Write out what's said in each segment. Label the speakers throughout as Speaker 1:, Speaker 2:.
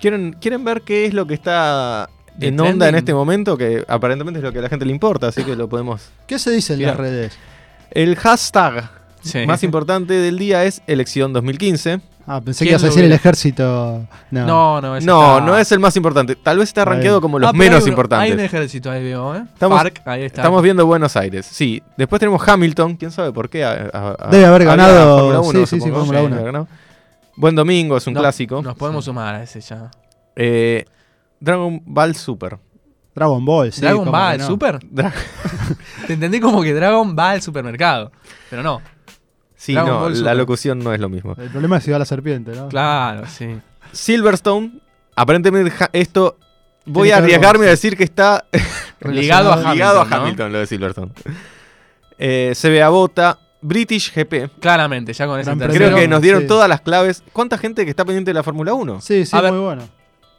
Speaker 1: ¿Quieren, quieren ver qué es lo que está
Speaker 2: De
Speaker 1: en onda en
Speaker 2: trending.
Speaker 1: este momento? Que aparentemente es lo que a la gente le importa, así que lo podemos.
Speaker 3: ¿Qué se dice en
Speaker 1: Mirá.
Speaker 3: las redes?
Speaker 1: El hashtag
Speaker 2: Sí.
Speaker 1: más importante del día es elección 2015.
Speaker 3: Ah, pensé que
Speaker 2: ¿Quién
Speaker 3: ibas a
Speaker 2: lo
Speaker 3: decir el
Speaker 2: hubiera-
Speaker 3: ejército. No.
Speaker 2: No, no, ese
Speaker 1: No,
Speaker 2: está-
Speaker 1: no es el más importante. Tal vez está
Speaker 3: Ahí.
Speaker 1: rankeado como los
Speaker 2: Ah, pero hay
Speaker 1: menos
Speaker 2: uno-
Speaker 1: importantes.
Speaker 2: Hay un ejército ahí veo, ¿eh?
Speaker 1: Estamos-
Speaker 2: Park, ahí está.
Speaker 1: Estamos viendo Buenos Aires, sí. Después tenemos Hamilton, quién sabe por qué. a- a- a-
Speaker 3: Debe haber
Speaker 1: había
Speaker 3: ganado-
Speaker 1: Fórmula uno,
Speaker 3: sí, sí, sí,
Speaker 1: supongo.
Speaker 3: Fórmula uno.
Speaker 1: ganado. Buen Domingo es un
Speaker 2: No,
Speaker 1: clásico.
Speaker 2: Nos podemos sumar a ese ya.
Speaker 1: Eh, Dragon Ball Super.
Speaker 3: Dragon Ball, sí.
Speaker 2: Dragon
Speaker 3: cómo
Speaker 2: Ball
Speaker 3: que no.
Speaker 2: Super.
Speaker 1: Dra-
Speaker 2: Te entendí como que Dragon va al supermercado. Pero no.
Speaker 1: sí,
Speaker 2: Dragon
Speaker 1: no,
Speaker 2: Ball
Speaker 1: la
Speaker 2: Super.
Speaker 1: locución no es lo mismo.
Speaker 3: El problema es si va la serpiente, ¿no?
Speaker 2: Claro, sí.
Speaker 1: Silverstone, aparentemente ja- esto... Voy
Speaker 3: Tiene
Speaker 1: a
Speaker 3: que ver
Speaker 1: arriesgarme
Speaker 3: con-
Speaker 1: a decir que está
Speaker 2: Ligado a Hamilton.
Speaker 1: ligado a
Speaker 2: ¿no?
Speaker 1: Hamilton, lo de Silverstone. Eh, se ve a Bota, British GP.
Speaker 2: Claramente, ya con ese
Speaker 3: Gran
Speaker 2: tercero.
Speaker 1: Creo que nos dieron
Speaker 3: sí.
Speaker 1: todas las claves. ¿Cuánta gente que está pendiente de la Fórmula 1?
Speaker 3: Sí, sí,
Speaker 2: A
Speaker 3: muy
Speaker 2: ver.
Speaker 3: bueno.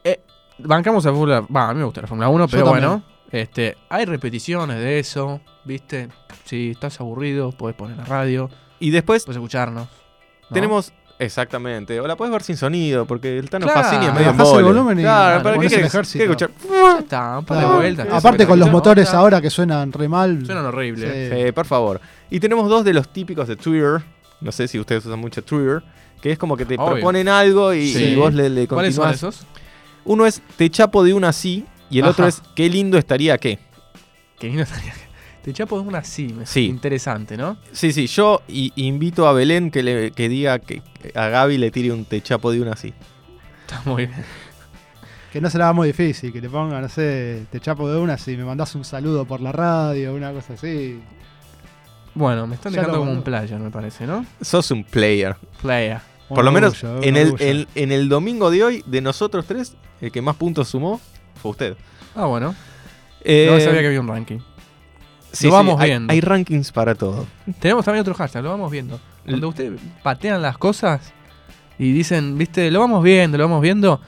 Speaker 1: Ah,
Speaker 2: Bancamos a Fórmula. Va, a mí me gusta la Fórmula 1,
Speaker 3: Yo
Speaker 2: pero
Speaker 3: también.
Speaker 2: bueno. Este, hay repeticiones de eso, ¿viste? Si estás aburrido, podés poner la radio,
Speaker 1: Y después
Speaker 2: podés escucharnos. ¿no?
Speaker 1: Tenemos. Exactamente. O la puedes ver sin sonido, porque el Tano
Speaker 2: Claro.
Speaker 1: Fassini es
Speaker 2: Le
Speaker 1: medio
Speaker 3: bajás el
Speaker 1: embole.
Speaker 3: volumen y-
Speaker 1: Claro,
Speaker 2: claro,
Speaker 1: ¿para qué
Speaker 3: pones el
Speaker 1: querés,
Speaker 3: ejército.
Speaker 1: querés escuchar?
Speaker 2: Ya está, un par de
Speaker 3: Claro.
Speaker 2: vueltas.
Speaker 1: Eso
Speaker 3: Aparte con los
Speaker 2: Escuchamos
Speaker 3: motores
Speaker 2: otra.
Speaker 3: ahora que suenan re mal.
Speaker 2: Suenan horribles.
Speaker 3: Sí.
Speaker 1: Eh, por favor. Y tenemos dos de los típicos de Twitter. No sé si ustedes usan mucho Twitter. Que es como que te
Speaker 2: Obvio.
Speaker 1: proponen algo y,
Speaker 2: Sí.
Speaker 1: y vos le, le
Speaker 2: ¿Cuáles son
Speaker 1: continuás.
Speaker 2: esos?
Speaker 1: Uno es te chapo de una sí y el
Speaker 2: Ajá.
Speaker 1: otro es qué lindo estaría qué.
Speaker 2: Que no estaría. Te chapo de una sí, me-
Speaker 1: Sí.
Speaker 2: interesante, ¿no?
Speaker 1: Sí, sí, yo i- invito a Belén que le que diga que que a Gaby le tire un te chapo de una sí.
Speaker 2: Está muy bien.
Speaker 3: Que no será muy difícil, que le pongan, no sé, te chapo de una si me mandás un saludo por la radio, una cosa así.
Speaker 2: Bueno, me están
Speaker 3: Ya lo
Speaker 2: dejando como
Speaker 3: mandó.
Speaker 2: un player, me parece, ¿no?
Speaker 1: Sos un player.
Speaker 2: Playa.
Speaker 3: Un
Speaker 1: Por lo menos
Speaker 3: orgullo, un
Speaker 1: en el,
Speaker 3: orgullo.
Speaker 1: en- en el domingo de hoy, de nosotros tres, el que más puntos sumó fue usted.
Speaker 2: Ah, bueno.
Speaker 1: Eh,
Speaker 2: no sabía que había un ranking.
Speaker 1: sí, sí,
Speaker 2: lo vamos
Speaker 1: hay,
Speaker 2: viendo.
Speaker 1: hay rankings para todo.
Speaker 2: Tenemos también otro hashtag, lo vamos viendo.
Speaker 1: L-
Speaker 2: Cuando ustedes patean las cosas y dicen, viste, lo vamos viendo, lo vamos viendo.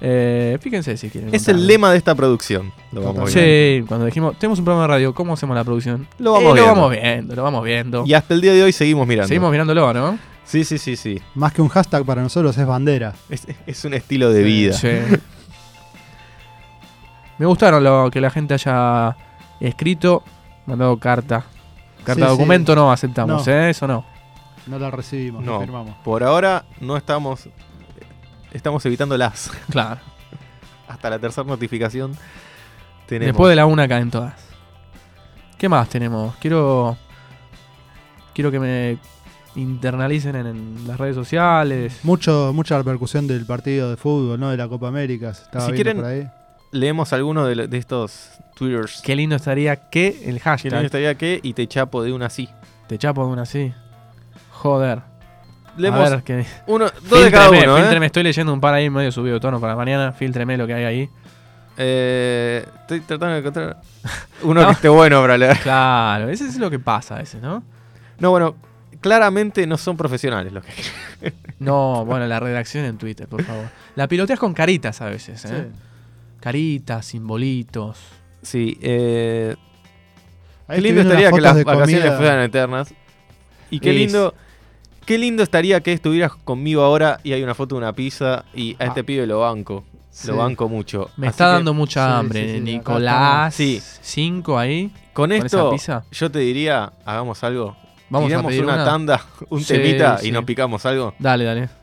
Speaker 2: eh, fíjense si quieren.
Speaker 1: Es el
Speaker 2: contarlo.
Speaker 1: lema de esta producción. Lo vamos
Speaker 3: Totalmente.
Speaker 1: viendo.
Speaker 2: Sí, cuando dijimos, tenemos un programa de radio, ¿cómo hacemos la producción?
Speaker 1: Lo vamos
Speaker 2: Eh,
Speaker 1: viendo.
Speaker 2: lo vamos viendo, lo vamos viendo.
Speaker 1: Y hasta el día de hoy seguimos mirando.
Speaker 2: Seguimos mirándolo, ¿no?
Speaker 1: Sí, sí, sí, sí.
Speaker 3: Más que un hashtag para nosotros es bandera.
Speaker 1: Es, es un estilo de vida.
Speaker 2: Sí. Me gustaron lo que la gente haya escrito, mandado carta. Carta
Speaker 3: Sí,
Speaker 2: documento no aceptamos,
Speaker 3: No.
Speaker 2: ¿eh? Eso no.
Speaker 3: No la recibimos, no,
Speaker 1: No.
Speaker 3: firmamos.
Speaker 1: Por ahora no estamos. Estamos evitando las.
Speaker 2: Claro.
Speaker 1: Hasta la tercera notificación. Tenemos.
Speaker 2: Después de la una caen todas. ¿Qué más tenemos? Quiero. Quiero que me internalicen en, en las redes sociales.
Speaker 3: Mucho, mucha repercusión del partido de fútbol, ¿no? De la Copa América. se Estaba
Speaker 1: Si quieren-
Speaker 3: viendo por ahí.
Speaker 1: Leemos alguno de, lo- de estos twitters.
Speaker 2: Qué lindo estaría que el
Speaker 1: ¿Qué
Speaker 2: hashtag.
Speaker 1: lindo estaría qué? Y te chapo de una sí.
Speaker 2: Te chapo de una así. Joder.
Speaker 1: Leemos
Speaker 2: A ver qué.
Speaker 1: uno, dos de cada
Speaker 2: Fíltreme,
Speaker 1: uno. ¿eh?
Speaker 2: fíltreme. Estoy leyendo un par ahí medio subido de tono para mañana. Filtreme lo que hay ahí.
Speaker 1: Eh, estoy tratando de encontrar uno que esté bueno para leer.
Speaker 2: Claro, eso es lo que pasa a veces, ¿no?
Speaker 1: No, bueno, claramente no son profesionales los que
Speaker 2: No, bueno, la redacción en Twitter, por favor. La piloteas con caritas a veces, ¿eh?
Speaker 3: Sí.
Speaker 2: Caritas, simbolitos.
Speaker 1: Sí, eh,
Speaker 3: Ahí
Speaker 1: qué lindo
Speaker 3: estoy viendo
Speaker 1: estaría
Speaker 3: unas
Speaker 1: que
Speaker 3: fotos
Speaker 1: las
Speaker 3: de
Speaker 1: vacaciones
Speaker 3: comida.
Speaker 1: fueran eternas. Y qué
Speaker 2: Sí.
Speaker 1: lindo, qué lindo estaría que estuvieras conmigo ahora y hay una foto de una pizza y a este pibe lo banco.
Speaker 3: Sí.
Speaker 1: Lo banco mucho.
Speaker 2: Ah. Me
Speaker 1: Así
Speaker 2: está
Speaker 1: que
Speaker 2: dando mucha
Speaker 3: sí,
Speaker 2: hambre,
Speaker 3: sí, sí, acá
Speaker 2: Nicolás.
Speaker 1: estamos. Sí.
Speaker 2: Cinco ahí.
Speaker 1: Con
Speaker 2: esa
Speaker 1: esto,
Speaker 2: pizza.
Speaker 1: yo te diría, hagamos algo.
Speaker 2: Vamos a
Speaker 1: Tiramos
Speaker 2: pedir
Speaker 1: una,
Speaker 2: una.
Speaker 1: tanda, un
Speaker 2: Sí,
Speaker 1: temita y
Speaker 2: sí.
Speaker 1: nos picamos algo.
Speaker 2: Dale, dale.